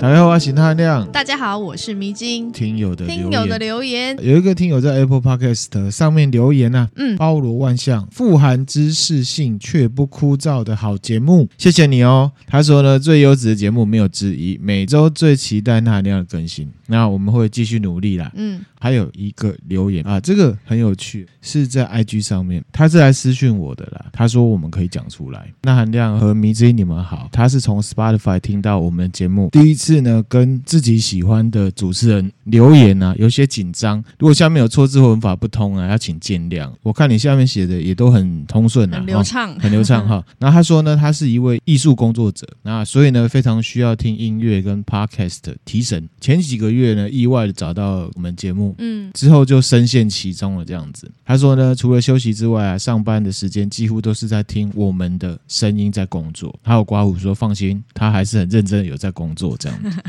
大家好，我是汉亮。大家好，我是迷津。听友的留言听友的留言，有一个听友在 Apple Podcast 上面留言啊，嗯包罗万象，富含知识性却不枯燥的好节目，谢谢你哦。他说呢，最优质的节目没有之一，每周最期待那量的更新。那我们会继续努力啦。嗯，还有一个留言啊，这个很有趣，是在 IG 上面，他是来私讯我的啦。他说我们可以讲出来。那韩亮和迷之音，你们好，他是从 Spotify 听到我们的节目，第一次呢跟自己喜欢的主持人留言啊，有些紧张。如果下面有错字或文法不通啊，要请见谅。我看你下面写的也都很通顺啊，很流哦 畅。很流畅哈。然后他说呢，他是一位艺术工作者，那所以呢非常需要听音乐跟 podcast 提神。前几个月呢，意外的找到我们节目。嗯，之后就深陷其中了，这样子。他说呢，除了休息之外啊，上班的时间几乎都是在听我们的声音在工作。还有刮胡说，放心，他还是很认真地有在工作这样子。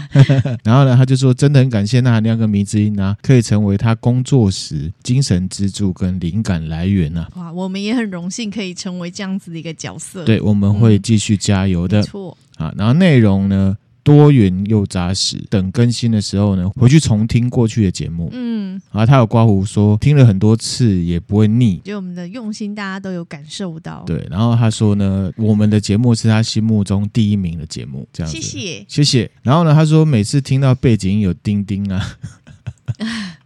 然后呢，他就说真的很感谢那含量跟迷之音啊，可以成为他工作时精神支柱跟灵感来源啊。哇，我们也很荣幸可以成为这样子的一个角色。，对，我们会嗯继续加油的。没错。啊，然后内容呢多元又扎实。等更新的时候呢，回去重听过去的节目。嗯，啊，他有刮胡说听了很多次也不会腻。就我们的用心，大家都有感受到。，对，然后他说呢，我们的节目是他心目中第一名的节目，这样子。谢谢。谢谢。然后呢，他说每次听到背景音有叮叮啊，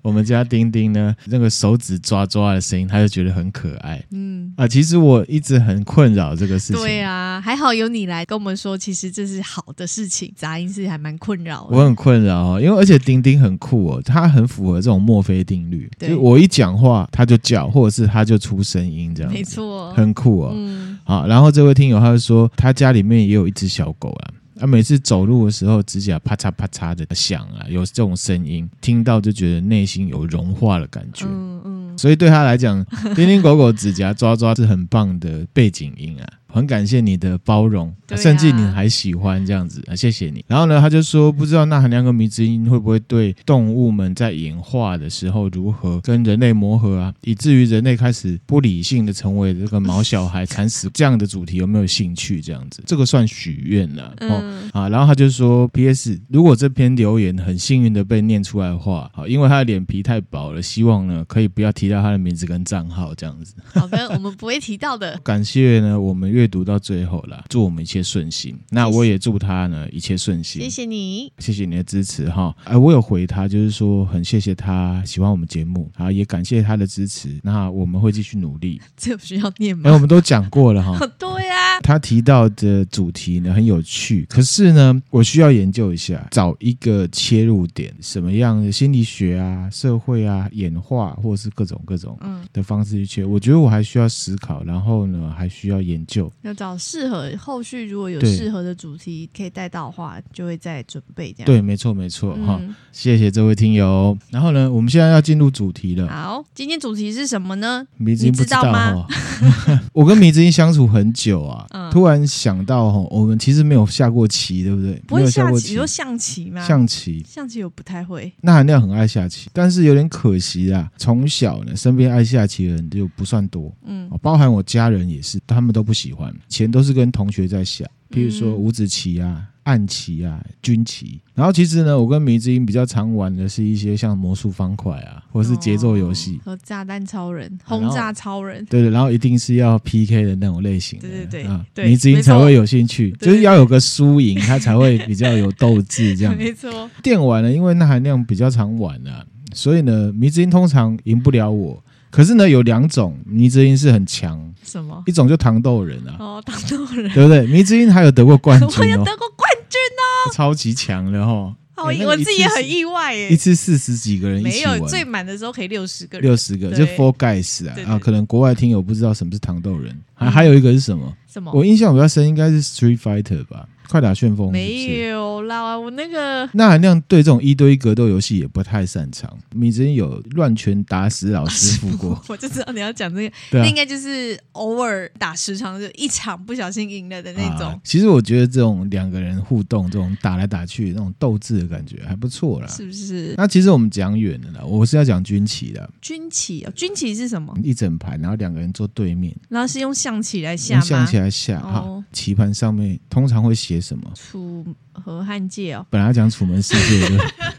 我们家叮叮呢，那个手指抓抓的声音，他就觉得很可爱嗯，啊。其实我一直很困扰这个事情。对啊，还好有你来跟我们说，其实这是好的事情。杂音是还蛮困扰的。我很困扰哦，因为而且钉钉很酷哦，它很符合这种墨菲定律，就对是我一讲话它就叫，或者是它就出声音这样，没，错。很酷哦。嗯，好，然后这位听友他就说，他家里面也有一只小狗啊。啊，每次走路的时候，指甲啪嚓啪嚓的响啊，有这种声音，听到就觉得内心有融化的感觉。嗯嗯，所以对他来讲，叮叮狗狗指甲抓抓是很棒的背景音 啊。很感谢你的包容，对啊甚至你还喜欢这样子啊，谢谢你。然后呢，他就说，不知道那含量跟迷之音会不会对动物们在演化的时候如何跟人类磨合啊，以至于人类开始不理性的成为这个毛小 孩惨死这样的主题，有没有兴趣？这样子，这个算许愿了、嗯哦。啊，然后他就说：“P.S. 如果这篇留言很幸运的被念出来的话，好，因为他的脸皮太薄了，希望呢可以不要提到他的名字跟账号这样子。好的，我们不会提到的。感谢呢，我们阅读到最后啦，祝我们一切顺心。那谢谢我也祝他呢一切顺心。谢谢你， 谢谢你的支持哈。哎、我有回他，就是说很谢谢他喜欢我们节目，啊，也感谢他的支持。那我们会继续努力。这有需要念哎、吗？我们都讲过了哈。对啊， 他提到的主题呢很有趣，可是呢，我需要研究一下，找一个切入点，什么样的心理学啊、社会啊、演化，或者是各种各种嗯的方式去切。我觉得我还需要思考，然后呢，还需要研究。要找适合，后续如果有对适合的主题可以带到的话，就会再准备这样。对，没错，没错，哈、嗯，谢谢这位听友。然后呢，我们现在要进入主题了。好，今天主题是什么呢？迷之音不知道嗯你知道吗哈， 我跟迷之音相处很久啊， 嗯突然想到哈，我们其实没有下过棋，对不对？不没会有下过棋，你说象棋吗？象棋，象棋我不太会，那含量很爱下棋，但是有点可惜啦。从小呢，身边爱下棋的人就不算多，嗯哦包含我家人也是，他们都不喜欢。以前都是跟同学在下，譬如说嗯五子棋啊、暗棋啊、军棋。然后其实呢，我跟迷之音比较常玩的是一些像魔术方块啊，或是节奏游戏。哦和炸弹超人、然后轰炸超人，对对，然后一定是要 PK 的那种类型的，对对对啊，对迷之音没错才会有兴趣，对就是要有个输赢，他才会比较有斗志这样 没错，电玩呢，因为那含量比较常玩啊，所以呢，迷之音通常赢不了我。可是呢，有两种迷之音是很强，什么？一种就糖豆人啊，哦，当豆人，对不对？迷之音还有得过冠 我军要哦，得过冠军超级强的哈、哦！好意，那个我一自己次也是很意外耶一。次四十几个人一没起有玩，最满的时候可以六十个人，六十个，对就 Four Guys 对对啊对嗯啊！可能国外听友不知道什么是糖豆人，还还有一个是什么？什么？我印象比较深应该是 Street Fighter 吧，快打旋风是不是没有啦，我那个，那含量对这种一对一格斗游戏也不太擅长，米之音有乱拳打死老师傅过 我就知道你要讲这个，对啊那应。该就是偶尔打十场就一场不小心赢了的那种啊，，其实我觉得这种两个人互动，这种打来打去，那种斗志的感觉还不错啦。是不是？啊那其实我们讲远了啦，我是要讲军棋的，军棋哦，军棋是什么？一整盘，然后两个人坐对面，然后是用象棋来下用吗？象棋来下哦哈，好棋盘上面通常会写什么？楚河汉界哦，本来要讲《楚门世界》的，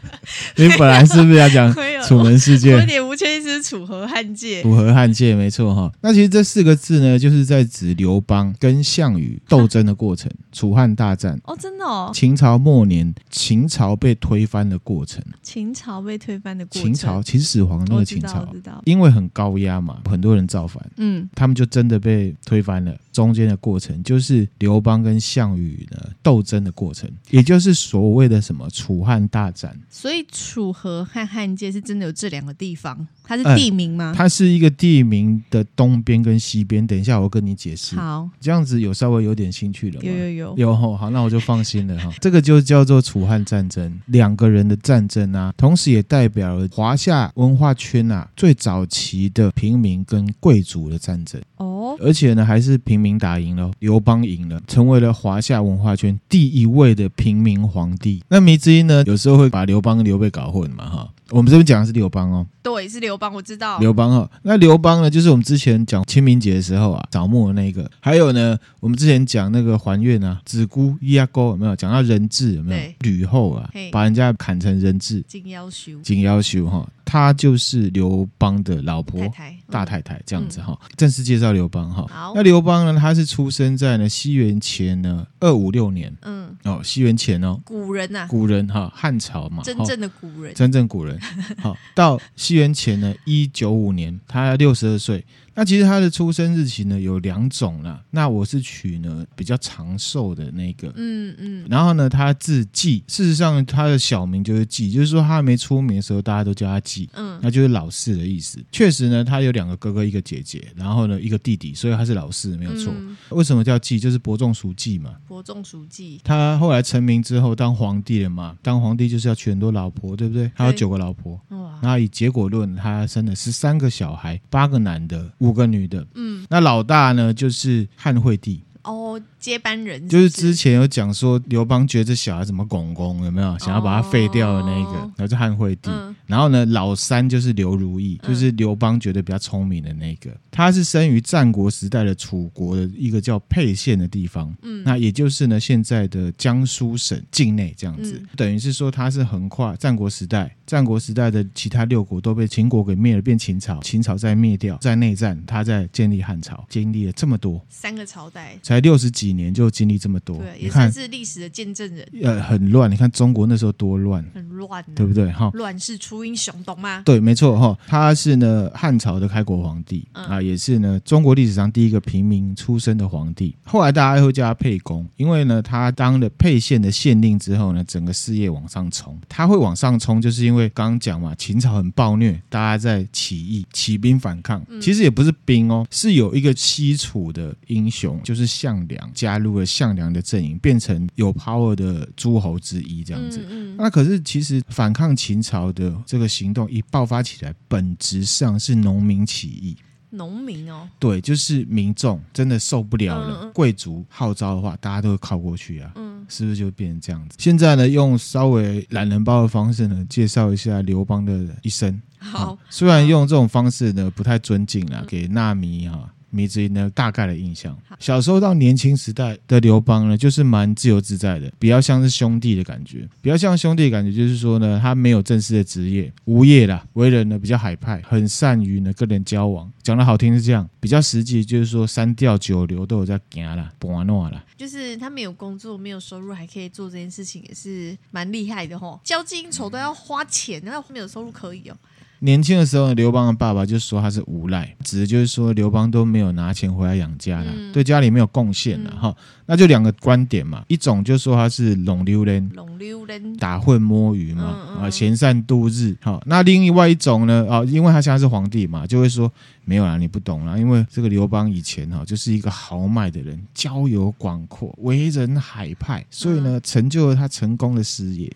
你本来是不是要讲没有《楚门世我界》有？点无缺一是楚河汉界。符合汉界，没错哈。那其实这四个字呢，就是在指刘邦跟项羽斗争的过程，楚汉大战。哦，真的哦，秦朝末年，秦朝被推翻的过程，秦朝被推翻的过程。秦朝秦始皇那我个知秦道，朝我，知道。因为很高压嘛，很多人造反，嗯，他们就真的被推翻了。中间的过程就是刘邦跟项羽呢斗争的过程，也就是所谓的什么楚汉大战。所以楚河和汉界是真的有这两个地方，它是哎地名吗？它是一个地名的东边跟西边，等一下我跟你解释。好，这样子有稍微有点兴趣了吗？有有有，有吼，好，那我就放心了哈。这 个就叫做楚汉战争，两个人的战争啊，同时也代表了华夏文化圈啊最早期的平民跟贵族的战争，哦，而且呢还是平民打赢了，刘邦赢了，成为了华夏文化圈第一位的平民皇帝。那迷之音呢，有时候会把刘邦跟刘备搞混嘛哈。我们这边讲的是刘邦哦，对，是刘邦，我知道。刘邦哈，那刘邦呢，就是我们之前讲清明节的时候啊，扫墓的那个。还有呢，我们之前讲那个还愿啊，子姑伊阿沟有没有？讲到人质有没有对？吕后啊嘿，把人家砍成人质，金腰修紧要求哈，她就是刘邦的老婆太太，嗯大太太这样子哈。正式介绍刘邦哈好。那刘邦呢，他是出生在呢西元前呢二五六年嗯，哦，西元前哦，古人啊呐，古人哈，汉朝嘛，真哈正的古人，真正古人。好，到西元前呢， 一九五年，他六十二岁。那其实他的出生日期呢有两种啦，那我是取呢比较长寿的那个。嗯嗯，然后呢，他字季，事实上他的小名就是季，就是说他还没出名的时候，大家都叫他季，嗯那就是老四的意思。确实呢，他有两个哥哥，一个姐姐，然后呢一个弟弟，所以他是老四，没有错。嗯为什么叫季？就是伯仲叔季嘛。伯仲叔季，他后来成名之后当皇帝了嘛，当皇帝就是要娶很多老婆，对不对？他有对九个老婆，哇，那以结果论，他生了十三个小孩，八个男的，五个女的。嗯，那老大呢，就是汉惠帝，哦，接班人就是是不是之前有讲说刘邦觉得这小孩怎么拱拱，有没有想要把他废掉的那一个，哦然后就汉惠帝。嗯然后呢，老三就是刘如意，嗯就是刘邦觉得比较聪明的那个。他是生于战国时代的楚国的一个叫沛县的地方，嗯那也就是呢现在的江苏省境内这样子，嗯等于是说它是横跨战国时代，战国时代的其他六国都被秦国给灭了，变秦朝，秦朝再灭掉，在内战，他在建立汉朝，经历了这么多，三个朝代，才六十几年就经历这么多对，，你也算看是历史的见证人，呃很乱，你看中国那时候多乱，很乱啊，对不对哈？乱世出英雄，懂吗？对，没错哈、他是呢汉朝的开国皇帝、嗯啊，也是呢中国历史上第一个平民出身的皇帝。后来大家会叫他沛公，因为呢他当了沛县的县令之后呢，整个事业往上冲。他会往上冲，就是因为刚刚讲嘛，秦朝很暴虐，大家在起义、起兵反抗。嗯其实也不是兵哦，是有一个西楚的英雄，就是项梁，加入了项梁的阵营，变成有 power 的诸侯之一这样子。嗯嗯，那可是其实反抗秦朝的这个行动一爆发起来，本质上是农民起义。农民哦，对，就是民众真的受不了嗯了，嗯贵族号召的话，大家都会靠过去啊，嗯，是不是就变成这样子？现在呢，用稍微懒人包的方式呢，介绍一下刘邦的一生。好啊，虽然用这种方式呢不太尊敬啦，给纳米哈、迷之音呢大概的印象好。小时候到年轻时代的刘邦呢，就是蛮自由自在的，比较像是兄弟的感觉，比较像兄弟的感觉，就是说呢，他没有正式的职业，无业啦，为人呢比较海派，很善于呢跟人交往。讲的好听是这样，比较实际就是说三教九流都有在行啦，玩弄啦。就是他没有工作，没有收入，还可以做这件事情，也是蛮厉害的吼。交际应酬都要花钱，那没有收入可以哦。年轻的时候，刘邦的爸爸就说他是无赖，指的就是说刘邦都没有拿钱回来养家啦，嗯对家里没有贡献了嗯哈、那就两个观点嘛，一种就说他是拢溜人，龙溜人，打混摸鱼嘛，嗯嗯啊，闲善度日。好、那另外一种呢，啊，因为他现在是皇帝嘛，就会说没有啦，你不懂啦，因为这个刘邦以前哈、就是一个豪迈的人，交友广阔，为人海派，所以呢，嗯成就了他成功的事业。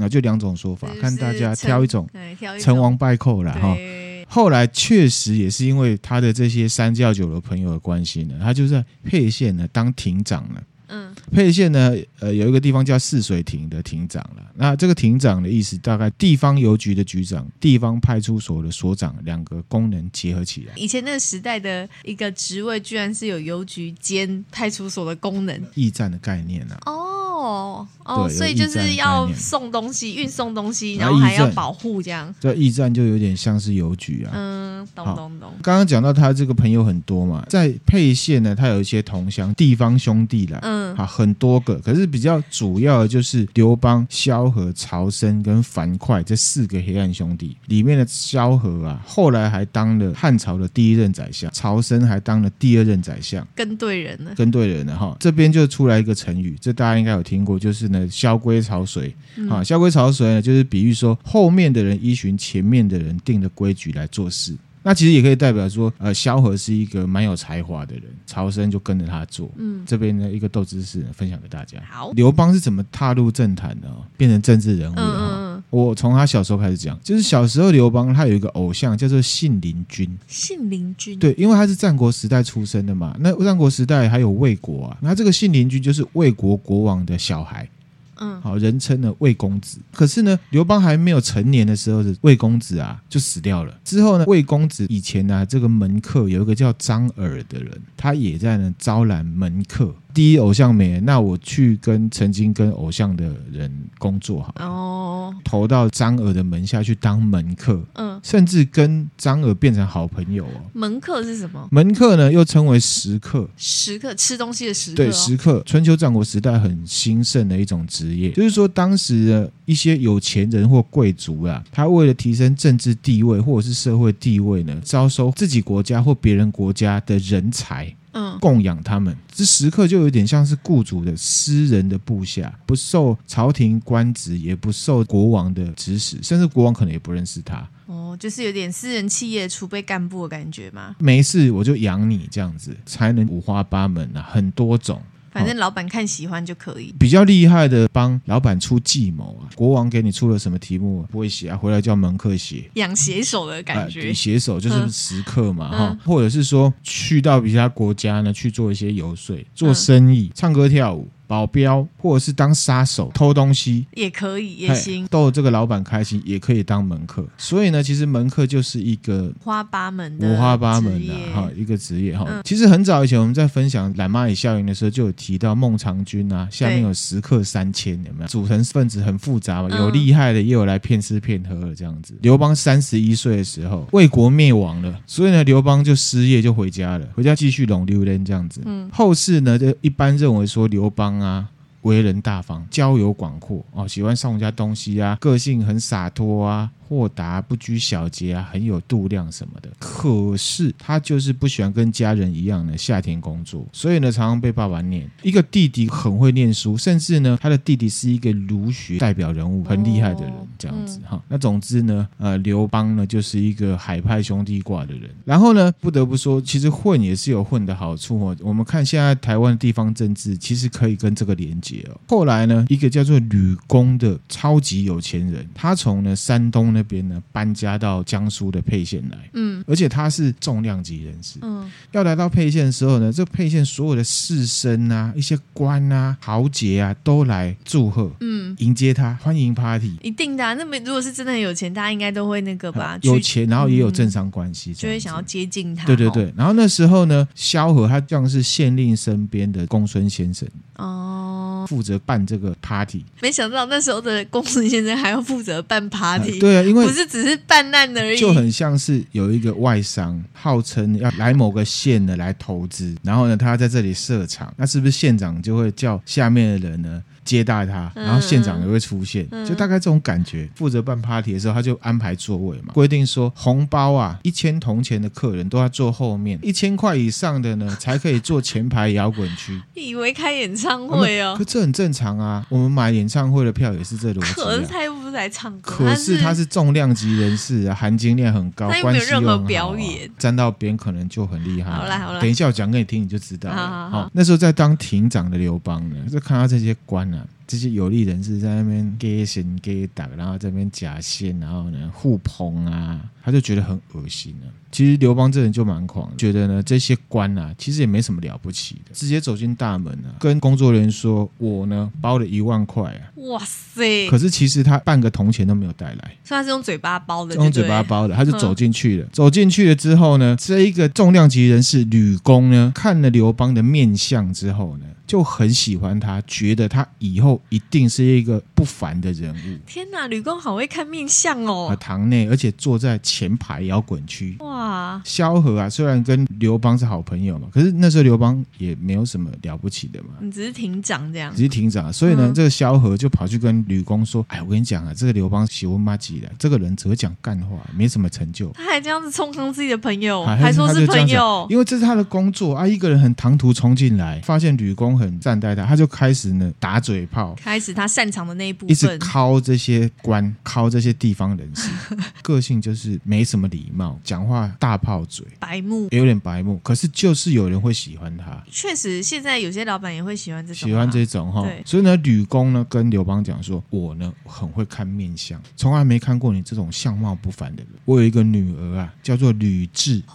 啊，就两种说法，就是看大家成挑一种，对，挑一成种王败寇啦。哈。对，后来确实也是因为他的这些三教九流朋友的关系呢，他就在沛县呢当亭长了。嗯沛县呢，呃，有一个地方叫泗水亭的亭长了。那这个亭长的意思，大概地方邮局的局长、地方派出所的所长两个功能结合起来。以前那个时代的一个职位，居然是有邮局兼派出所的功能。驿站的概念啊，哦哦，对所以有驿就站的概是要念送东西、运送东西，然然后后还驿要站保护这样。这驿站就有点像是邮局啊。嗯，好懂懂懂。刚刚讲到他这个朋友很多嘛，在沛县呢，他有一些同乡、地方兄弟啦，嗯好很多个。可是比较主要的就是刘邦、萧何、曹参跟樊哙这四个黑暗兄弟里面的萧何啊，后来还当了汉朝的第一任宰相，曹参还当了第二任宰相。跟对人 了，跟对人了哈，这边就出来一个成语，这大家应该有听过，就是呢“萧规曹随”嗯啊，“萧规曹随”呢，就是比喻说后面的人依循前面的人定的规矩来做事。那其实也可以代表说，呃，萧何是一个蛮有才华的人，曹参就跟着他做。嗯，这边呢，一个斗知识呢分享给大家。好，刘邦是怎么踏入政坛的、哦，变成政治人物嗯的、哦？嗯嗯，我从他小时候开始讲，就是小时候刘邦他有一个偶像叫做信陵君，信陵嗯君，，对，因为他是战国时代出生的嘛，那战国时代还有魏国啊，那这个信陵君就是魏国国王的小孩，嗯，好人称呢魏公子。可是呢，刘邦还没有成年的时候，魏公子啊就死掉了。之后呢，魏公子以前呢、这个门客有一个叫张耳的人，他也在呢招揽门客。第一偶像没了，那我去跟曾经跟偶像的人工作好了，哦，投到张耳的门下去当门客，嗯，甚至跟张耳变成好朋友哦。门客是什么？门客呢，又称为食客，食客，吃东西的食客，哦对，食客，春秋战国时代很兴盛的一种职业，就是说当时的一些有钱人或贵族啊，他为了提升政治地位或者是社会地位呢，招收自己国家或别人国家的人才，嗯，供养他们。这食客就有点像是雇主的私人的部下，不受朝廷官职，也不受国王的指使，甚至国王可能也不认识他。哦，就是有点私人企业储备干部的感觉嘛。没事，我就养你这样子，才能五花八门啊，很多种。反正老板看喜欢就可以。比较厉害的帮老板出计谋啊，国王给你出了什么题目不会写啊，回来叫门客写。养写手的啊感，觉你，写手就是嗯食客嘛，哈、嗯或者是说去到其他国家呢去做一些游说、做嗯生意、唱歌跳舞、保镖，或者是当杀手、偷东西，也可以，也嘿行。逗这个老板开心，也可以当门客。所以呢，其实门客就是一个花八门的五花八门职的、业嗯哈，一个职业哈、其实很早以前我们在分享懒蚂蚁效应的时候，就有提到孟尝君啊，下面有食客三千，有没有？组成分子很复杂嘛，嗯有厉害的，也有来骗吃骗喝的这样子。刘邦三十一岁的时候，魏国灭亡了，所以呢，刘邦就失业就回家了，回家继续拢溜人这样子。嗯后世呢，就一般认为说刘邦啊。为人大方，交友广阔哦，喜欢送人家东西啊，个性很洒脱啊，豁达，不拘小节啊，很有度量什么的。可是他就是不喜欢跟家人一样呢，夏天工作，所以呢，常常被爸爸念。一个弟弟很会念书，甚至呢，他的弟弟是一个儒学代表人物，很厉害的人，哦这样子哈。那总之呢，呃，刘邦呢就是一个海派兄弟挂的人。然后呢，不得不说，其实混也是有混的好处哦。我们看现在台湾的地方政治，其实可以跟这个连接哦。后来呢，一个叫做吕公的超级有钱人，他从呢山东那边呢搬家到江苏的沛县来，嗯而且他是重量级人士。嗯，要来到沛县的时候呢，这沛县所有的士绅啊、一些官啊、豪杰啊，都来祝贺、嗯，迎接他，欢迎 party。一定的、啊。那么如果是真的很有钱，大家应该都会那个吧，有去嗯钱，然后也有政商关系，就会想要。接近他。对对哦，对，然后那时候呢，萧何他像是县令身边的公孙先生，哦，负责办这个 party。没想到那时候的公孙先生还要负责办 party，、啊对啊，因为不是只是办案而已，就很像是有一个外商号称要来某个县呢来投资，然后呢他在这里设厂，那是不是县长就会叫下面的人呢接待他，嗯然后县长也会出现，嗯就大概这种感觉。负责办 party 的时候，他就安排座位嘛，规定说红包啊，一千铜钱的客人都要坐后面，一千块以上的呢才可以坐前排摇滚区。以为开演唱 会啊哦可，这很正常啊，我们买演唱会的票也是这逻可是辑啊。他又不是来唱歌，可是他是重量级人士啊，含金量很高他，又没关有系又任何很好啊表演沾到边可能就很厉害。好啦好啦等一下我讲给你听，你就知道了。好好好那时候在当庭长的刘邦呢，就看到这些官啊，这些有利人士在那边给钱给打，然后在那边假仙，然后呢互捧啊，他就觉得很恶心啊。其实刘邦这人就蛮狂的，觉得呢这些官啊，其实也没什么了不起的，直接走进大门啊，跟工作人员说：“我呢包了一万块啊。”哇塞，可是其实他半个铜钱都没有带来，所以他是用嘴巴包的，用嘴巴。包的，他就嗯走进去了。走进去了之后呢，这一个重量级人士吕公呢，看了刘邦的面相之后呢，就很喜欢他，觉得他以后一定是一个不凡的人物。天哪，吕公好会看面相啊，哦！堂内，而且坐在前排摇滚区。哇，萧何啊，虽然跟刘邦是好朋友嘛，可是那时候刘邦也没有什么了不起的嘛，你只是庭长这样只，是庭长啊。所以呢，嗯这个萧何就跑去跟吕公说：“哎，我跟你讲啊，这个刘邦喜欢骂几的，这个人只会讲干话，没什么成就。他还这样子冲康自己的朋友，啊哦还说他就是这样朋讲友，因为这是他的工作啊。一个人很唐突冲进来，发现吕公很善待他，他就开始呢打嘴炮，开始他擅长的那一部一直分，敲这些官，敲这些地方人 士，个性就是没什么礼貌，讲话大炮嘴，白目。也有点白目，可是就是有人会喜欢他。确实，现在有些老板也会喜欢这种啊，喜欢这种哈对，所以呢，吕公呢跟刘邦讲说，我呢很会看面相，从来没看过你这种相貌不凡的人。我有一个女儿啊，叫做吕雉，哦，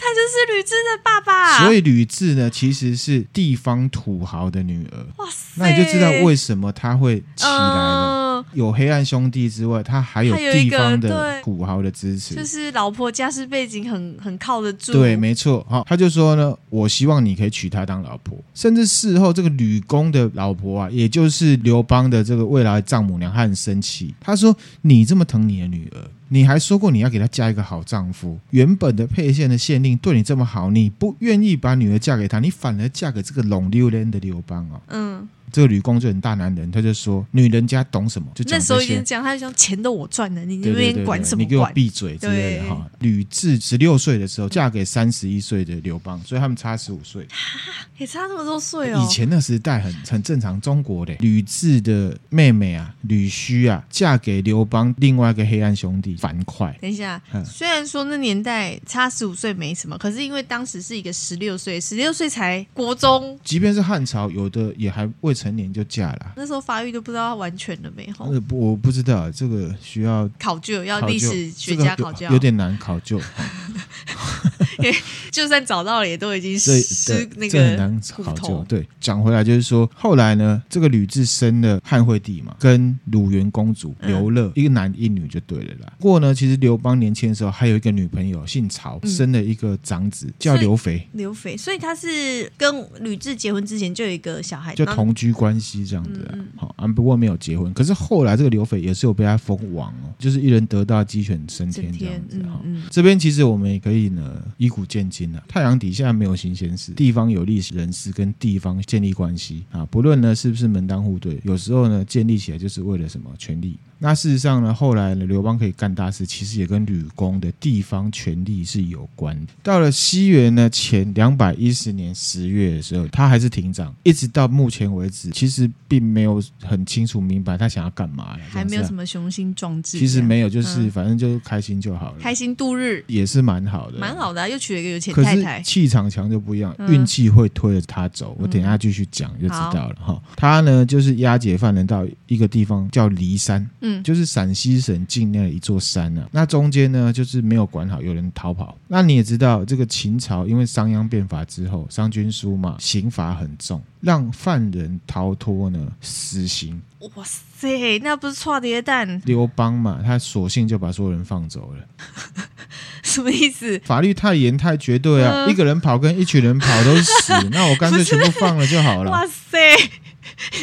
他就是吕雉的爸爸，所以吕雉呢其实是地方土豪的女儿，哇塞，那你就知道为什么她会起来了。嗯，有黑暗兄弟之外，她还有还有一地个方的对土豪的支持，就是老婆家世背景很很靠得住，对，没错。好、他就说呢，我希望你可以娶她当老婆，甚至事后这个吕公的老婆啊，也就是刘邦的这个未来丈母娘，她很生气，她说你这么疼你的女儿。你还说过你要给她嫁一个好丈夫，原本的沛县的县令对你这么好，你不愿意把女儿嫁给他，你反而嫁给这个龙溜人的刘邦哦。嗯，这个吕公就很大男人，他就说女人家懂什么，就讲那时候这已经些。这样，他就讲钱都我赚的，你对那对边对管对什么你给我管？闭嘴之类的对哈。吕雉十六岁的时候嫁给三十一岁的刘邦，所以他们差十五岁。也哎差这么多岁哦，以前那时代很很正常，中国的吕雉的妹妹啊，吕须啊，嫁给刘邦另外一个黑暗兄弟樊哙。等一下嗯，虽然说那年代差十五岁没什么，可是因为当时是一个十六岁，十六岁才国中，即便是汉朝，有的也还未成年就嫁了。那时候发育都不知道完全了没吼，呃，不我不知道这个需要考究哦要考历究史学这个家有考究，有点难考究。就算找到了也都已经这是这那这很个难骨考究头。对，讲回来就是说，后来呢，这个吕雉生了汉惠帝嘛，跟鲁元公主刘嗯乐、一个男一女就对了啦。不过呢，其实刘邦年轻的时候还有一个女朋友，姓曹，生了一个长子叫嗯所以刘肥，刘肥，所以他是跟吕雉结婚之前就有一个小孩，就然后同居关系这样子嗯啊。好、啊，不过没有结婚。可是后来这个刘肥也是有被他封王哦，就是一人得道鸡犬升天整这样天，子哈嗯。嗯，这边其实我们也可以呢，以古见今啊。太阳底下没有新鲜事，地方有历史人士跟地方建立关系啊，不论呢是不是门当户对，有时候呢建立起来就是为了什么权力。那事实上呢，后来呢刘邦可以干大事，其实也跟吕公的地方权力是有关的。到了西元呢前两百一十年十月的时候，他还是亭长，一直到目前为止，其实并没有很清楚明白他想要干嘛了，还没有这样子啊什么雄心壮志这样，其实没有，就是嗯反正就开心就好了。开心度日，也是蛮好的，蛮好的啊，又娶了一个有钱可太是太，气场强就不一样，嗯运气会推着他走。我等一下继续讲就知道了哈。他呢，就是押解犯人到一个地方叫骊山，嗯就是陕西省境内的一座山啊。那中间呢，就是没有管好，有人逃跑。那你也知道，这个秦朝因为商鞅变法之后，商君书嘛，刑罚很重，让犯人逃脱呢死刑。哇塞，那不是错叠蛋刘邦嘛，他索性就把所有人放走了。什么意思？法律太严太绝对啊，嗯一个人跑跟一群人跑都是死，那 我干脆全部放了就好了。哇塞，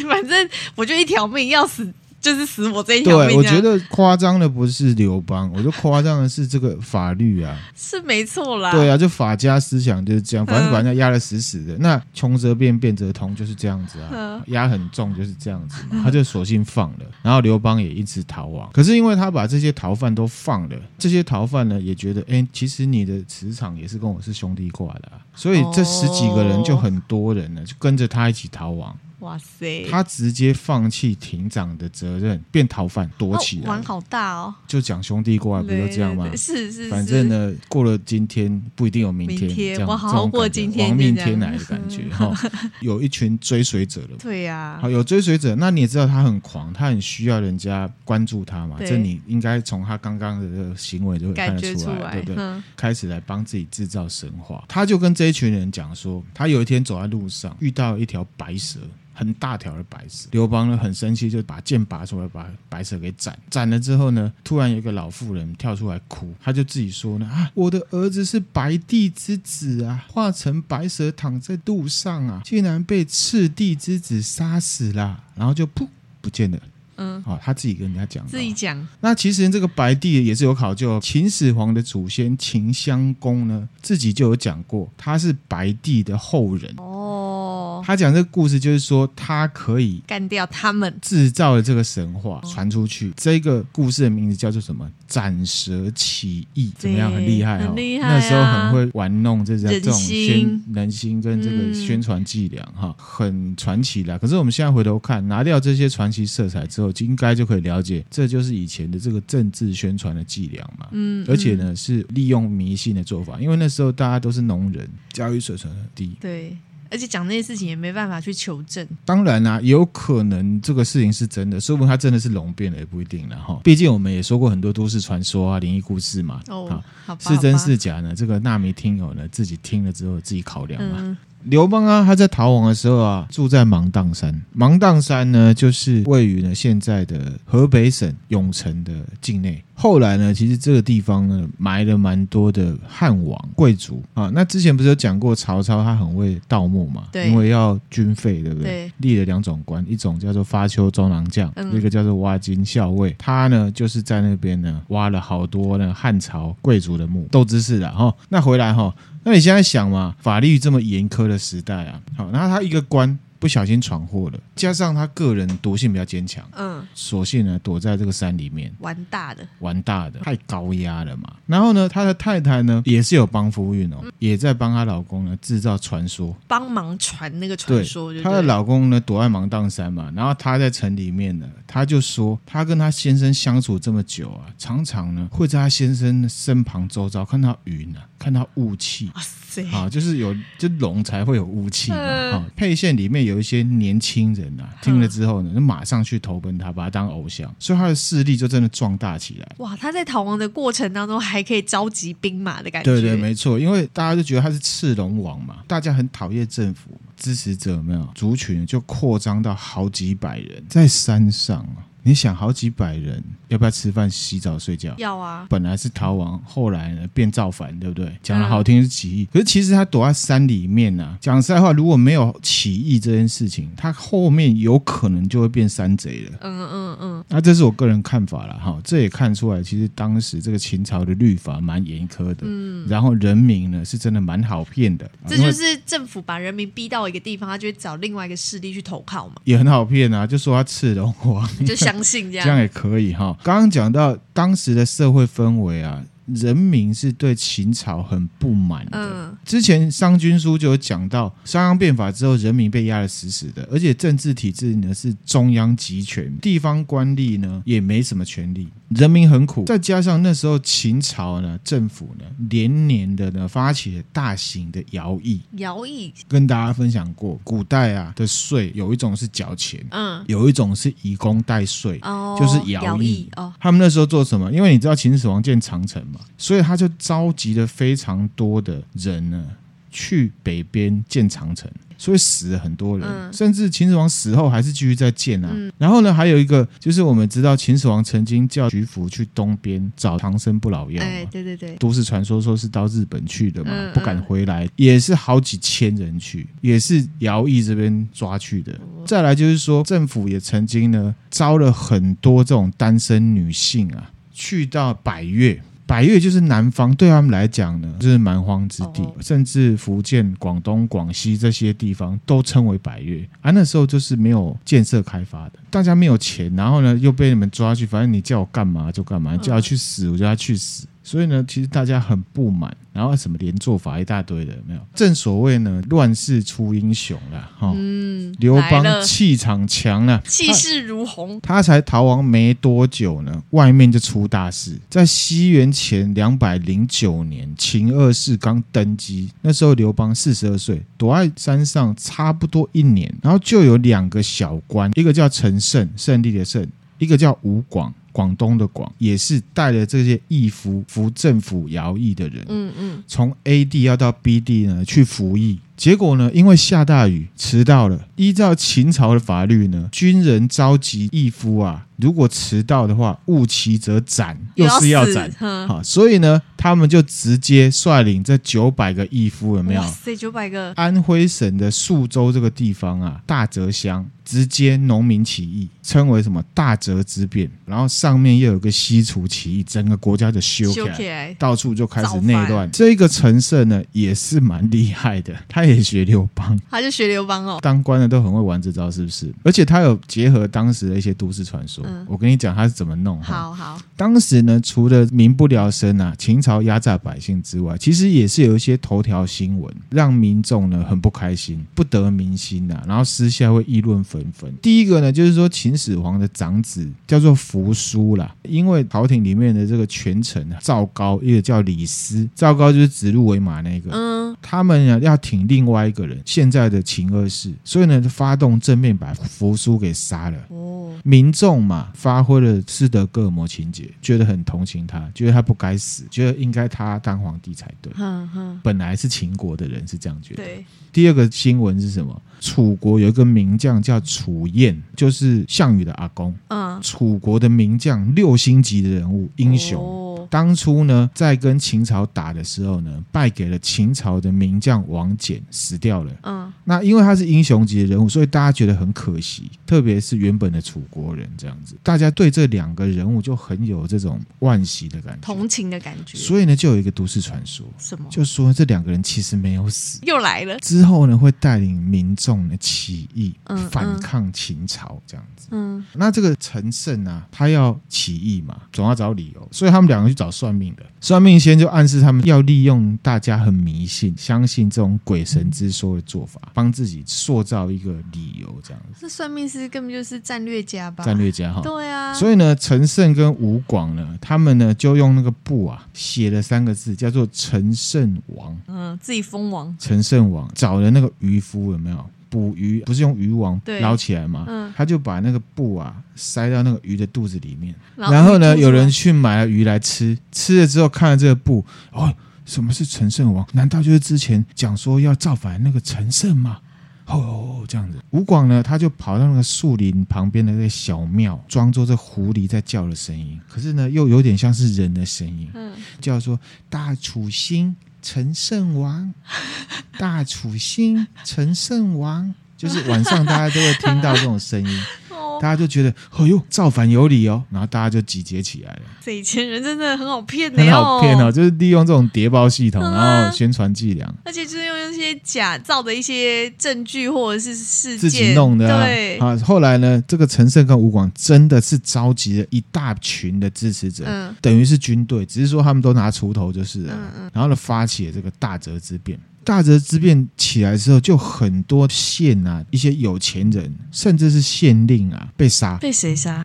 反正我就一条命，要死就是死我这一条对，命。啊我觉得夸张的不是刘邦，我觉得夸张的是这个法律啊。是没错啦。对啊，就法家思想就是这样，反正嗯把人家压得死死的。那穷则变，变则通，就是这样子啊嗯，压很重就是这样子嘛，他就索性放了。然后刘邦也一直逃亡，可是因为他把这些逃犯都放了，这些逃犯呢也觉得，哎，其实你的磁场也是跟我是兄弟挂的、啊，所以这十几个人就很多人呢，就跟着他一起逃亡。哇塞，他直接放弃庭长的责任，变逃犯躲起哦来玩了，好大哦。就讲兄弟挂，不就这样吗对？对对是是，反正是，呢，过了今天不一定有明天，明天这样我好好这种过感觉今天亡命就这天样来的感觉哈、 有一群追随者了。对呀、好，有追随者，那你也知道他很狂，他很需要人家关注他嘛，对这你应该从他刚刚的这个行为就会看感得觉出来，来，对不对？嗯，开始来帮自己制造神话。他就跟这一群人讲说，他有一天走在路上遇到一条白蛇。很大条的白蛇，刘邦呢很生气，就把剑拔出来，把白蛇给斩。斩了之后呢，突然有一个老妇人跳出来哭，她就自己说呢啊，我的儿子是白帝之子啊，化成白蛇躺在路上啊，竟然被赤帝之子杀死啦，然后就噗不见了。嗯，哦，他自己跟人家讲的哦，自己讲，那其实这个白帝也是有考究哦，秦始皇的祖先秦襄公呢，自己就有讲过，他是白帝的后人。哦，他讲这个故事就是说，他可以干掉他们，制造了这个神话嗯传出去。这个故事的名字叫做什么？斩蛇起义，怎么样？对很厉害哦，很厉害啊那时候很会玩弄这种这人种宣心人心跟这个嗯宣传伎俩哈，很传奇啦。可是我们现在回头看，拿掉这些传奇色彩之后，应该就可以了解，这就是以前的这个政治宣传的伎俩嘛。嗯，而且嗯，呢，是利用迷信的做法，因为那时候大家都是农人，教育水准很低，对，而且讲那些事情也没办法去求证，当然啦、有可能这个事情是真的，说不定它真的是龙变了也不一定了哈。毕竟我们也说过很多都市传说啊、灵异故事嘛，哦啊，好吧，是真好吧是假呢？这个纳米听友呢自己听了之后自己考量嘛。嗯，刘邦啊，他在逃亡的时候啊，住在芒砀山。芒砀山呢，就是位于呢现在的河北省永城的境内。后来呢，其实这个地方呢，埋了蛮多的汉王贵族啊。那之前不是有讲过曹操他很会盗墓嘛？对因为要军费，对不对？对，立了两种官，一种叫做发丘中郎将，嗯一个叫做挖金校尉。他呢，就是在那边呢挖了好多呢汉朝贵族的墓，斗知识的哈。那回来哈，那你现在想嘛，法律这么严苛的时代啊，好，那他一个官不小心闯祸了，加上他个人毒性比较坚强，嗯，索性呢躲在这个山里面。玩大的，玩大的，太高压了嘛。然后呢，他的太太呢也是有帮夫运哦，也在帮她老公呢制造传说，帮忙传那个对传说，就她对的了老公呢躲在芒砀山嘛，然后她在城里面呢，她就说她跟她先生相处这么久啊，常常呢会在她先生身旁周遭看到云啊，看到雾气。哇塞，啊，就是有就龙才会有雾气嘛。嗯啊，沛县里面有一些年轻人啊，听了之后呢，就马上去投奔他，把他当偶像，所以他的势力就真的壮大起来。哇，他在逃亡的过程当中还可以召集兵马的感觉，对对，没错，因为大家就觉得他是赤龙王嘛，大家很讨厌政府嘛，支持者有没有族群就扩张到好几百人，在山上啊，你想好几百人要不要吃饭、洗澡、睡觉？要啊，本来是逃亡，后来呢变造反，对不嗯对？讲的好听是起义，可是其实他躲在山里面呢、啊。讲实在话，如果没有起义这件事情，他后面有可能就会变山贼了。嗯嗯嗯，那、这是我个人看法啦，哈，这也看出来，其实当时这个秦朝的律法蛮严苛的，嗯，然后人民呢是真的蛮好骗的，这因为就是政府把人民逼到一个地方，他就会找另外一个势力去投靠嘛，也很好骗啊，就说他赤龙王，就相信这嗯 这样，样也可以哈。刚刚讲到当时的社会氛围啊，人民是对秦朝很不满的。嗯之前商君书就有讲到，商鞅变法之后，人民被压得死死的，而且政治体制呢是中央集权，地方官吏呢也没什么权利，人民很苦。再加上那时候秦朝呢政府呢连年的呢发起了大型的徭役，徭役，跟大家分享过，古代啊的税有一种是缴钱，嗯，有一种是以工代税，哦，就是徭徭役哦，他们那时候做什么？因为你知道秦始皇建长城嘛，所以他就召集了非常多的人呢，去北边建长城。所以死了很多人，嗯甚至秦始皇死后还是继续在建啊。嗯然后呢，还有一个就是我们知道秦始皇曾经叫徐福去东边找长生不老哦药嘛。哎，对对对，都市传说说是到日本去的嘛，嗯不敢回来，也是好几千人去，也是徭役这边抓去的。哦再来就是说，政府也曾经呢招了很多这种单身女性啊，去到百越。百越就是南方，对他们来讲呢，就是蛮荒之地，哦甚至福建、广东、广西这些地方都称为百越啊。那时候就是没有建设开发的，大家没有钱，然后呢又被你们抓去，反正你叫我干嘛就干嗯嘛，叫他去死我就要去死。所以呢，其实大家很不满，然后什么连坐法一大堆的，有没有。正所谓呢，乱世出英雄啦，哈、嗯，刘邦来了气场强了，气势如虹，他才逃亡没多久呢，外面就出大事。在西元前两百零九年，秦二世刚登基，那时候刘邦四十二岁，躲在山上差不多一年，然后就有两个小官，一个叫陈胜，胜利的胜，一个叫吴广。广东的广也是带了这些义服服政府徭役的人，嗯嗯，从 A 地要到 B 地呢去服役。结果呢，因为下大雨迟到了。依照秦朝的法律呢，军人召集义夫啊，如果迟到的话，误其则斩，又是要死斩。哼好，所以呢，他们就直接率领这九百个义夫，有没有哇？塞，九百个，安徽省的宿州这个地方啊，大泽乡直接农民起义，称为什么大泽之变。然后上面又有个西楚起义，整个国家就修起修来起。来，到处就开始内乱。这个陈胜呢，也是蛮厉害的，他也学刘邦，他就学刘邦哦， 当官的都很会玩这招，是不是？而且他有结合当时的一些都市传说。嗯我跟你讲他是怎么弄哈。好好，当时呢，除了民不聊生啊，秦朝压榨百姓之外，其实也是有一些头条新闻，让民众呢很不开心，不得民心呐、然后私下会议论纷纷。第一个呢，就是说秦始皇的长子叫做扶苏啦，因为朝廷里面的这个权臣啊赵高，一个叫李斯，赵高就是指鹿为马那个，嗯，他们呢要挺另外一个人，现在的秦二世，所以呢就发动政变把扶苏给杀了。哦，民众嘛，发挥了斯德哥尔摩情节，觉得很同情他，觉得他不该死，觉得应该他当皇帝才对。哼哼，本来是秦国的人是这样觉得。对，第二个新闻是什么？楚国有一个名将叫楚燕，就是项羽的阿公。嗯，楚国的名将，六星级的人物，英雄。哦当初呢，在跟秦朝打的时候呢，败给了秦朝的名将王翦，死掉了。嗯，那因为他是英雄级的人物，所以大家觉得很可惜，特别是原本的楚国人这样子，大家对这两个人物就很有这种惋惜的感觉。同情的感觉，所以呢，就有一个都市传说，什么？就说这两个人其实没有死，又来了，之后呢会带领民众呢起义嗯，反抗秦朝这样子。嗯，那这个陈胜啊，他要起义嘛，总要找理由，所以他们两个去找算命的。算命先就暗示他们要利用大家很迷信、相信这种鬼神之说的做法，帮自己塑造一个理由，这样子。这算命师根本就是战略家吧？战略家哈。对啊，所以呢，陈胜跟吴广呢，他们呢就用那个布啊写了三个字，叫做“陈胜王”。嗯，自己封王，陈胜王找了那个渔夫有没有捕鱼？不是用渔网对捞起来吗？嗯他就把那个布啊塞到那个鱼的肚子里面，然后然后呢，鱼吐出来有人去买了鱼来吃，吃了之后看了这个布，哦，什么是陈胜王？难道就是之前讲说要造反的那个陈胜吗？哦哦哦，这样子。吴广呢，他就跑到那个树林旁边的那个小庙，装作这狐狸在叫的声音，可是呢，又有点像是人的声音，嗯，叫说大楚兴陈胜王， 大楚兴陈胜王。就是晚上大家都会听到这种声音，哦，大家就觉得，哎呦，造反有理哦，然后大家就集结起来了。这以前人真的很好骗的很哟，好骗哦，就是利用这种谍报系统，嗯啊然后宣传伎俩，而且就是用一些假造的一些证据或者是事件自己弄的啊对，啊。后来呢，这个陈胜跟吴广真的是召集了一大群的支持者，嗯等于是军队，只是说他们都拿锄头就是了。嗯然后呢，发起了这个大泽之变。大泽之变起来之后，就很多县啊，一些有钱人，甚至是县令啊，被杀，被谁杀？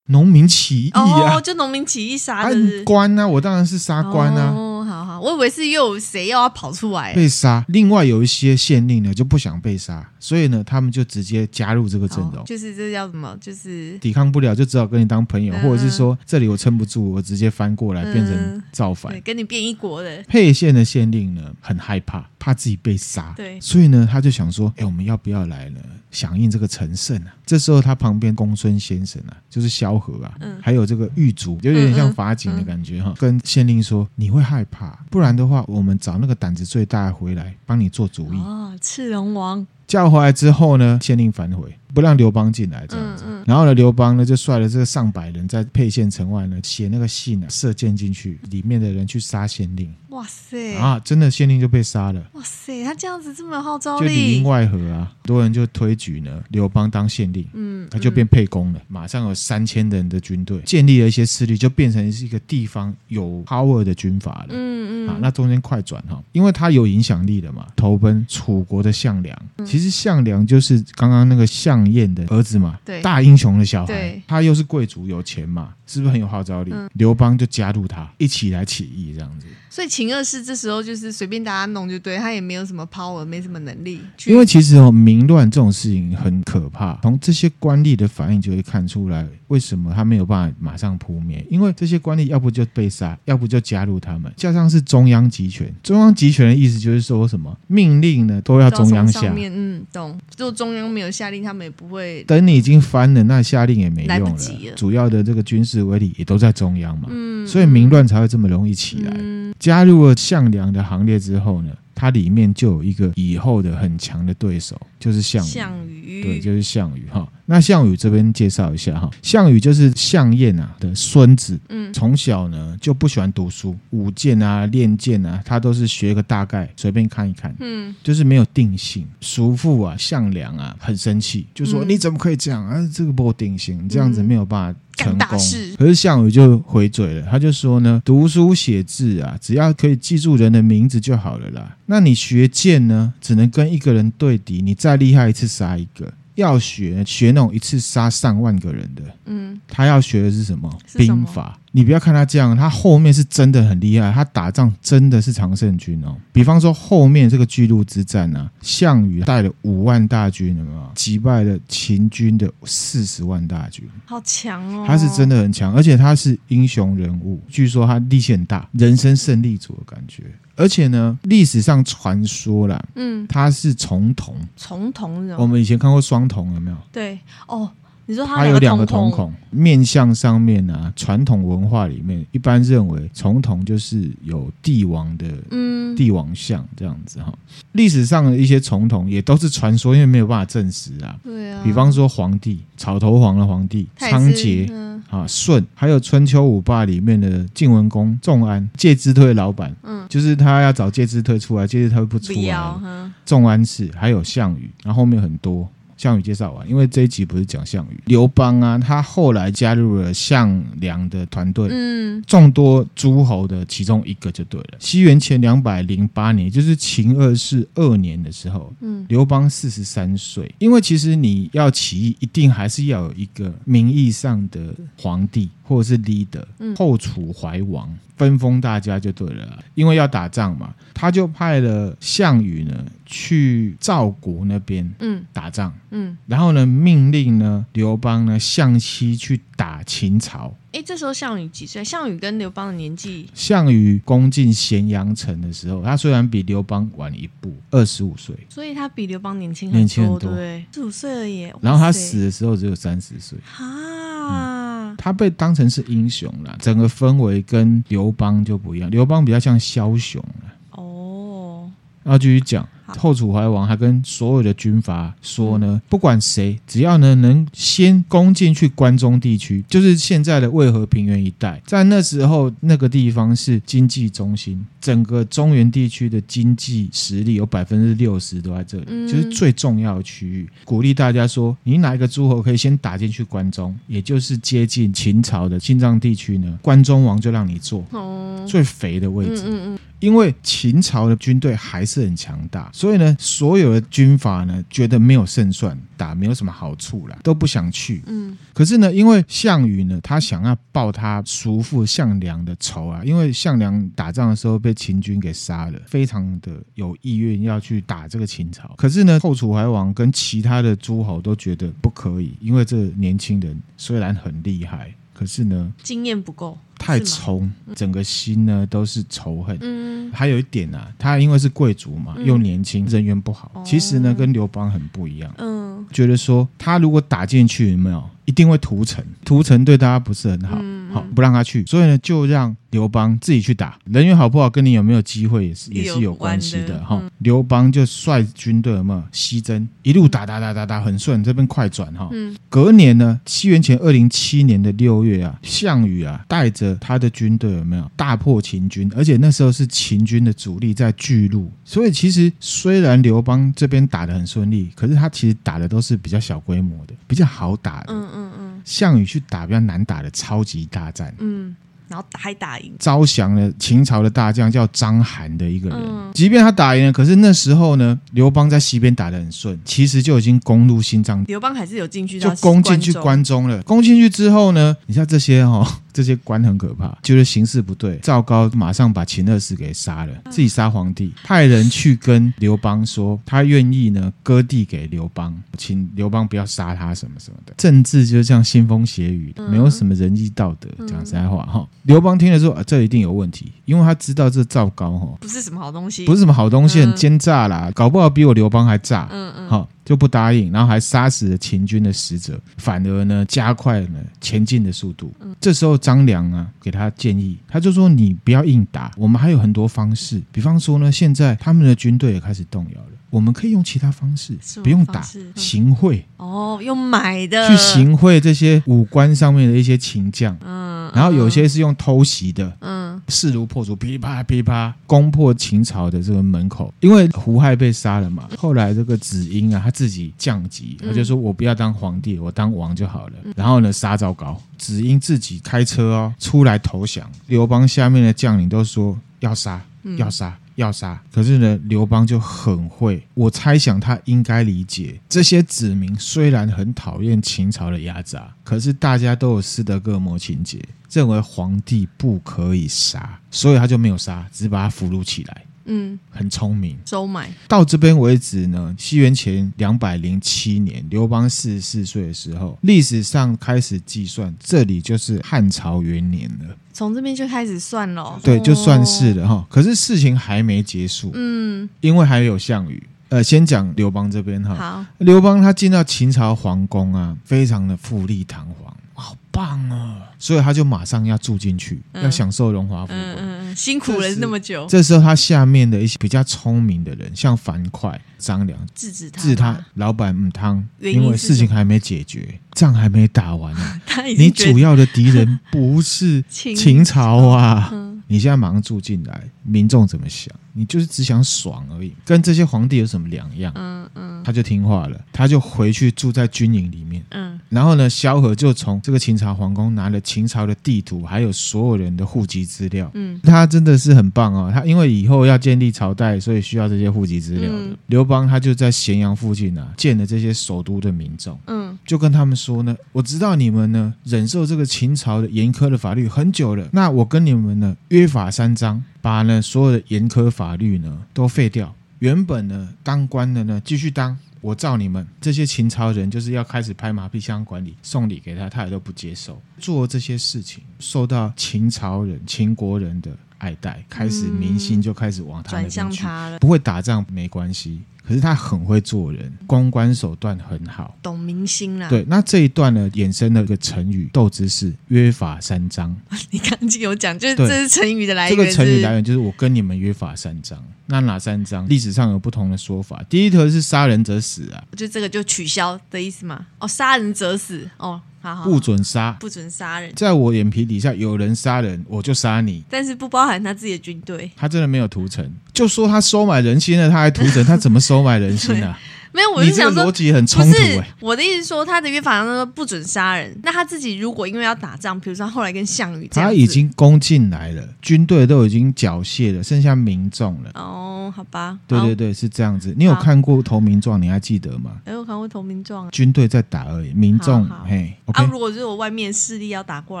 农民起义啊， 哦，就农民起义杀啊的是官啊，我当然是杀官啊。哦哦，好好，我以为是又有谁又要跑出来，被杀。另外有一些县令呢就不想被杀，所以呢他们就直接加入这个阵容。哦就是这叫什么？就是抵抗不了，就只好跟你当朋友，嗯或者是说这里我撑不住，我直接翻过来变成造反。对，跟你变一国的，沛县的县令呢很害怕，怕自己被杀，对所以呢他就想说，哎，我们要不要来呢？响应这个陈胜啊。这时候他旁边公孙先生啊，就是萧何啊，嗯还有这个狱卒，就有点像法警的感觉哈、跟县令说，你会害怕，不然的话，我们找那个胆子最大的回来帮你做主意。哦，赤龙王，叫回来之后呢，县令反悔，不让刘邦进来这样子。嗯然后呢，刘邦呢就率了这个上百人在沛县城外呢写那个信啊，射箭进去，里面的人去杀县令哇塞，啊，真的县令就被杀了。哇塞，他这样子这么有号召就里力应，外合啊，很多人就推举呢刘邦当县令，嗯，他就变沛公了。马上有三千人的军队，建立了一些势力，就变成是一个地方有 power 的军阀了。嗯，嗯啊嗯，，那中间快转哈，因为他有影响力了嘛，投奔楚国的项梁。嗯其实项梁就是刚刚那个项燕的儿子嘛，对大英雄的小孩对，嗯他又是贵族，有钱嘛，是不是很有号召力？刘邦就加入他，一起来起义这样子。所以秦二世这时候就是随便大家弄就对，他也没有什么 power，没什么能力去，因为其实哦，民乱这种事情很可怕，从这些官吏的反应就会看出来，为什么他没有办法马上扑灭？因为这些官吏要不就被杀，要不就加入他们，加上是中央集权。中央集权的意思就是说什么命令呢都要都要中从央下上，面，嗯，懂。如果中央没有下令，他们也不会，等你已经翻了，那下令也没用来了。不及了主要的这个军事威力也都在中央嘛，嗯，所以民乱才会这么容易起来。嗯，加入了项梁的行列之后呢，它里面就有一个以后的很强的对手，就是项羽。项羽，对，就是项羽哈。那项羽这边介绍一下哈，项羽就是项燕啊的孙子，嗯，从小呢就不喜欢读书，舞剑啊、练剑啊，他都是学个大概，随便看一看，嗯，就是没有定性。叔父啊，项梁啊，很生气，就说、嗯你怎么可以这样啊？这个没有定性，你这样子没有办法成干大功。事可是项羽就回嘴了，他就说呢，读书写字啊，只要可以记住人的名字就好了啦。那你学剑呢，只能跟一个人对敌，你再厉害一次杀一个。要学学那种一次杀上万个人的，嗯，他要学的是什么？是什么兵法。你不要看他这样，他后面是真的很厉害，他打仗真的是常胜军哦。比方说后面这个巨鹿之战啊，项羽带了五万大军，有没有击败了秦军的四十万大军？好强哦，他是真的，的很强，而且他是英雄人物，据说他力气很大，人生胜利组的感觉。而且呢，历史上传说啦，嗯，他是重瞳。重瞳人我，们以前看过双瞳，有没有？对，哦，你说它他有两个瞳瞳，孔，面相上面啊，传统文化里面一般认为重瞳就是有帝王的嗯，帝王像这样子哈。历史上的一些重瞳也都是传说，因为没有办法证实啊。对啊，比方说皇帝草头皇的皇帝他也仓是颉，嗯啊，舜，还有春秋五霸里面的晋文公仲安，介之推的老板，嗯就是他要找介之推出来，介之推不出不来要了，哈，仲安氏，还有项羽，然后后面很多。项羽介绍完，因为这一集不是讲项羽，刘邦啊，他后来加入了项梁的团队，嗯，众多诸侯的其中一个就对了。西元前两百零八年，也就是秦二世二年的时候，嗯刘邦四十三岁。因为其实你要起义，一定还是要有一个名义上的皇帝或者是 leader，、嗯后楚怀王分封大家就对了啊。因为要打仗嘛，他就派了项羽呢去赵国那边嗯打仗，嗯，然后呢命令呢刘邦呢向西去打秦朝。哎，这时候项羽几岁？项羽跟刘邦的年纪，项羽攻进咸阳城的时候，他虽然比刘邦晚一步，二十五岁，所以他比刘邦年轻年轻很多，多对，十五岁而已，然后他哇塞死的时候只有三十岁，啊，他被当成是英雄了。整个氛围跟刘邦就不一样，刘邦比较像枭雄了。哦，然后继续讲，好嗯后楚怀王还跟所有的军阀说呢，不管谁，只要呢能先攻进去关中地区，就是现在的渭河平原一带，在那时候那个地方是经济中心，整个中原地区的经济实力有百分之六十都在这里，嗯就是最重要的区域。鼓励大家说，你哪一个诸侯可以先打进去关中，也就是接近秦朝的青藏地区呢，关中王就让你做哦，最肥的位置。嗯嗯嗯，因为秦朝的军队还是很强大，所以呢，所有的军阀呢觉得没有胜算，打没有什么好处啦，都不想去。嗯，可是呢，因为项羽呢，他想要报他叔父项梁的仇啊，因为项梁打仗的时候被秦军给杀了，非常的有意愿要去打这个秦朝。可是呢，后楚怀王跟其他的诸侯都觉得不可以，因为这年轻人虽然很厉害，可是呢经验不够，太是吗。冲，整个心呢都是仇恨。嗯，还有一点啊，他因为是贵族嘛，嗯哦又年轻，人缘不好。其实呢，跟刘邦很不一样。嗯，觉得说他如果打进去，有没有一定会屠城，嗯屠城对大家不是很好，好不让他去，所以呢就让刘邦自己去打，人缘好不好跟你有没有机会也是也是有关系有的关的嗯哈。刘邦就率军队有没有西征，一路打打打打打很顺，这边快转嗯哈。隔年呢，西元前二零七年的六月啊，项羽啊带着他的军队有没有大破秦军？而且那时候是秦军的主力在巨鹿，所以其实虽然刘邦这边打得很顺利，可是他其实打的都是比较小规模的，比较好打的。嗯嗯嗯项羽去打比较难打的超级大战，嗯，然后打还打赢，招降了秦朝的大将叫章邯的一个人。即便他打赢了，可是那时候呢，刘邦在西边打得很顺，其实就已经攻入心脏刘邦还是有进去就到攻进去关中，关中了。攻进去之后呢，你像这些哦，这些官很可怕，觉得形势不对，赵高马上把秦二世给杀了，自己杀皇帝，派人去跟刘邦说，他愿意呢割地给刘邦，请刘邦不要杀他什么什么的。政治就这样腥风血雨，没有什么仁义道德。讲实在话哈，刘邦听了说、啊，这一定有问题，因为他知道这赵高哈不是什么好东西，不是，是什么好东西，很奸诈啦，搞不好比我刘邦还诈。嗯嗯，好、就不答应，然后还杀死了秦军的使者，反而呢加快了前进的速度。嗯这时候张良啊给他建议，他就说你不要硬打，我们还有很多方式，比方说呢，现在他们的军队也开始动摇了，我们可以用其他方式什，么不用打方式嗯，行贿。哦，用买的去，行贿这些武官上面的一些秦将，嗯，然后有些是用偷袭的，嗯，势如破竹，噼里啪啦噼里啪啦，攻破秦朝的这个门口。因为胡亥被杀了嘛，后来这个子婴啊，他自己降级，他就说我不要当皇帝，我当王就好了。然后呢，杀赵高，子婴自己开车哦出来投降。刘邦下面的将领都说要杀，要杀。要杀，可是呢，刘邦就很会。我猜想他应该理解，这些子民虽然很讨厌秦朝的压榨，可是大家都有斯德哥尔摩情节，认为皇帝不可以杀，所以他就没有杀，只把他俘虏起来。嗯，很聪明。收买，到这边为止呢，西元前两百零七年，刘邦四十四岁的时候，历史上开始计算，这里就是汉朝元年了。从这边就开始算了，对，就算是了哈。可是事情还没结束，嗯，因为还有项羽。呃，先讲刘邦这边哈。好，刘邦他进到秦朝皇宫啊，非常的富丽堂皇，好棒哦！所以他就马上要住进去，要享受荣华富贵。嗯嗯嗯，辛苦了这是那么久，这时候他下面的一些比较聪明的人，像樊哙、张良，制止他，治他，老板嗯汤，原因因为是事情什么。还没解决，仗还没打完呢、啊 他已你经觉主得要的敌人不是秦嗯秦朝啊！你现在马上住进来，民众怎么想？你就是只想爽而已，跟这些皇帝有什么两样？嗯嗯他就听话了，他就回去住在军营里面。嗯，然后呢，萧何就从这个秦朝皇宫拿了秦朝的地图，还有所有人的户籍资料。嗯，他真的是很棒哦。他因为以后要建立朝代，所以需要这些户籍资料的。嗯刘邦他就在咸阳附近啊，建了这些首都的民众。嗯，就跟他们说呢，我知道你们呢忍受这个秦朝的严苛的法律很久了，那我跟你们呢约法三章，把呢所有的严苛法律呢都废掉。原本呢当官的呢继续当，我照你们这些秦朝人就是要开始拍马屁相管理，送礼给他，他也都不接受。做这些事情受到秦朝人、秦国人的爱戴，开始民心就开始往他那转边向去。他了，不会打仗没关系，可是他很会做人，公关手段很好。懂民心啦，，对，那这一段呢，衍生了一个成语“斗之士”，约法三章。你刚刚有讲，就是对这是成语的来这源，个成语是来源就是我跟你们约法三章。那哪三章？历史上有不同的说法。第一条是杀人者死啊，就这个就取消的意思嘛？哦，杀人者死，哦，好好，不准杀。不准杀人，在我眼皮底下有人杀人，我就杀你。但是不包含他自己的军队。 他真的没有屠城，就说他收买人心了，他还屠城，他怎么收买人心啊？没有，我你就这想个说逻，辑很不冲突是哎、我的意思是说，他的约法当中说不准杀人。那他自己如果因为要打仗，比如说他后来跟项羽这他样子，已经攻进来了，军队都已经缴械了，剩下民众了。哦，好吧，对好对，对，是这样子。你有好看过《投名状》，你还记得吗？哎，我看过投名状啊。军队在打而已，民众好好嘿啊， ，OK，如果是我外面势力要打过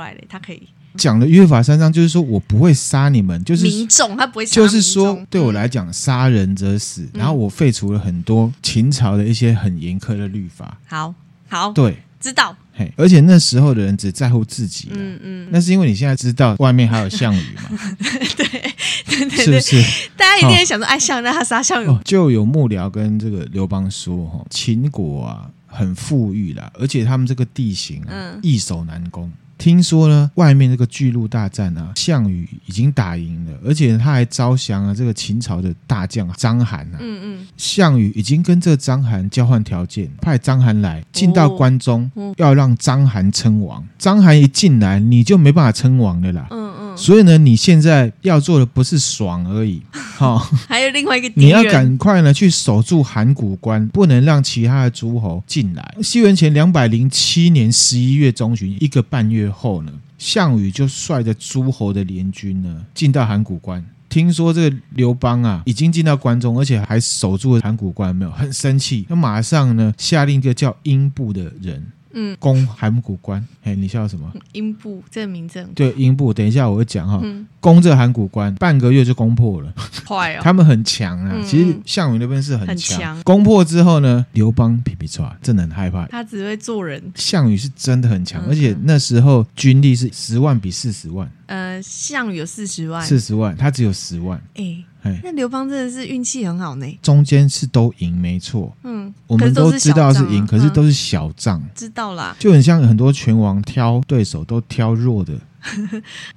来嘞，他可以讲的约法三章就是说我不会杀你们，就是民众，他不会杀就是民说众嗯对我来讲，杀人者死。然后我废除了很多秦朝的一些很严苛的律法，好好对，知道， 嘿，而且那时候的人只在乎自己了。嗯嗯，那是因为你现在知道外面还有项羽嘛，对 对是不对，是？大家一定会想说，哎，项羽那他杀项羽，哦，就有幕僚跟这个刘邦说，哈，秦国啊很富裕啦，而且他们这个地形啊嗯易守难攻。听说呢，外面这个巨鹿大战啊，项羽已经打赢了，而且他还招降了这个秦朝的大将啊章邯啊。嗯嗯，项羽已经跟这个章邯交换条件，派章邯来进到关中，哦要让章邯称王。章邯一进来，你就没办法称王了啦。嗯嗯，所以呢，你现在要做的不是爽而已，好、还有另外一个敌你要人赶快呢去守住函谷关，不能让其他的诸侯进来。西元前两百零七年十一月中旬，一个半月后呢，项羽就率着诸侯的联军呢进到函谷关。听说这个刘邦啊，已经进到关中，而且还守住了函谷关，没有很生气，他马上呢下令一个叫英布的人，嗯，攻函谷关。哎，你笑什么？英布这个名字很对，英布，等一下我会讲哈、嗯攻这函谷关，半个月就攻破了。坏哦，他们很强啊，嗯其实项羽那边是很很强。强攻破之后呢，刘邦皮皮抓，真的很害怕。他只会做人，项羽是真的很强，嗯而且那时候军力是十万比四十万，呃，项羽有四十万，四十万他只有十万，哎，哎，那刘邦真的是运气很好呢，中间是都赢没错，嗯，我可们是都是知道是小仗啊赢，可是嗯都是小仗，知道啦，就很像很多拳王挑对手都挑弱的，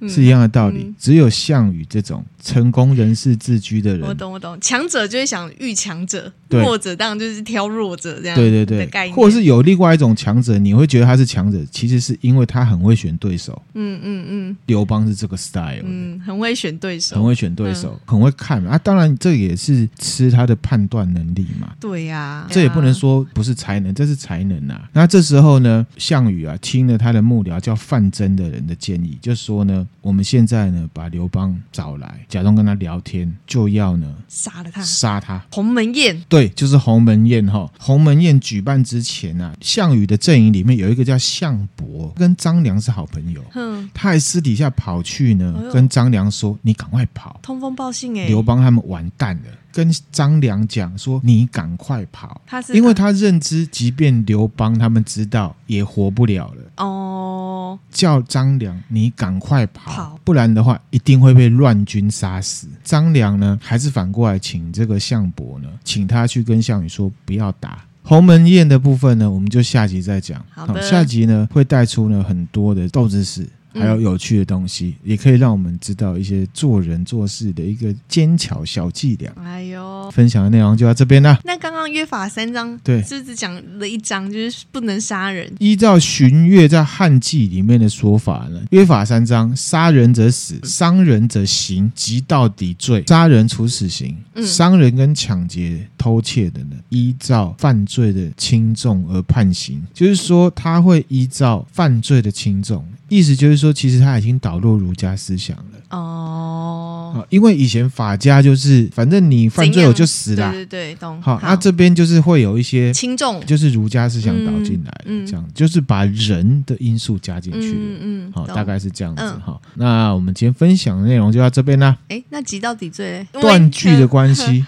嗯是一样的道理嗯。只有项羽这种成功人士自居的我人，懂，我懂。强者就会想遇强者，对弱者当然就是挑弱者这样对对的概对，念。或者是有另外一种强者，你会觉得他是强者，其实是因为他很会选对手。嗯嗯嗯刘邦是这个 style，、的，嗯，很会选对手。很会选对手，很会看嘛啊。当然，这也是吃他的判断能力嘛。对呀、啊这也不能说不是才能，这是才能啊。那这时候呢，项羽啊听了他的幕僚叫范增的人的建议，就说呢，我们现在呢把刘邦找来，假装跟他聊天，就要呢杀了他。杀他。鸿门宴，对，就是鸿门宴哈。鸿门宴举办之前啊，项羽的阵营里面有一个叫项伯，跟张良是好朋友，哼，他还私底下跑去呢哎，呦跟张良说：“你赶快跑，通风报信哎、刘邦他们完蛋了。”跟张良讲说：“你赶快跑。”他是因为他认知，即便刘邦他们知道也活不了了，哦，叫张良你赶快跑，跑不然的话一定会被乱军杀死。张良呢，还是反过来请这个项伯呢，请他去跟项羽说不要打。鸿门宴的部分呢，我们就下集再讲。好的下集呢会带出呢很多的斗智史，嗯还有有趣的东西，也可以让我们知道一些做人做事的一个奸巧小伎俩。哎呦，分享的内容就到这边啦。那刚刚约法三章，对是不是只讲了一章，就是不能杀人？依照荀岳在《汉纪》里面的说法呢，约法三章：杀人者死，伤人者刑，及到底罪。杀人处死刑，嗯伤人跟抢劫、偷窃的呢，依照犯罪的轻重而判刑。就是说，他会依照犯罪的轻重，意思就是说，其实他已经导入儒家思想了。哦，啊，因为以前法家就是，反正你犯罪我就死对啦。对对，懂。啊好，那、这边就是会有一些轻重，就是儒家思想导进来的，嗯嗯这样就是把人的因素加进去嗯了。嗯，好、懂大。概是这样子嗯哈、好那我们今天分享的内容就到这边啦。哎，那集到底罪嘞？因为断句的关嗯系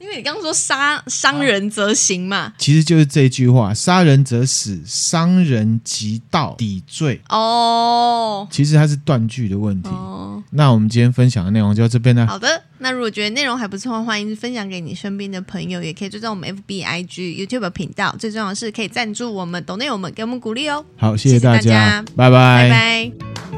因为你刚刚说杀伤人则刑嘛，其实就是这句话：杀人者死，伤人即盗，抵罪。嗯哦其实它是断句的问题。哦，那我们今天分享的内容就到这边啦。好的。那如果觉得内容还不错，欢迎分享给你身边的朋友，也可以追踪我们 FB、IG、YouTube 频道。最重要的是可以赞助我们、懂内我们，给我们鼓励哦。好，谢谢谢大大家拜拜拜拜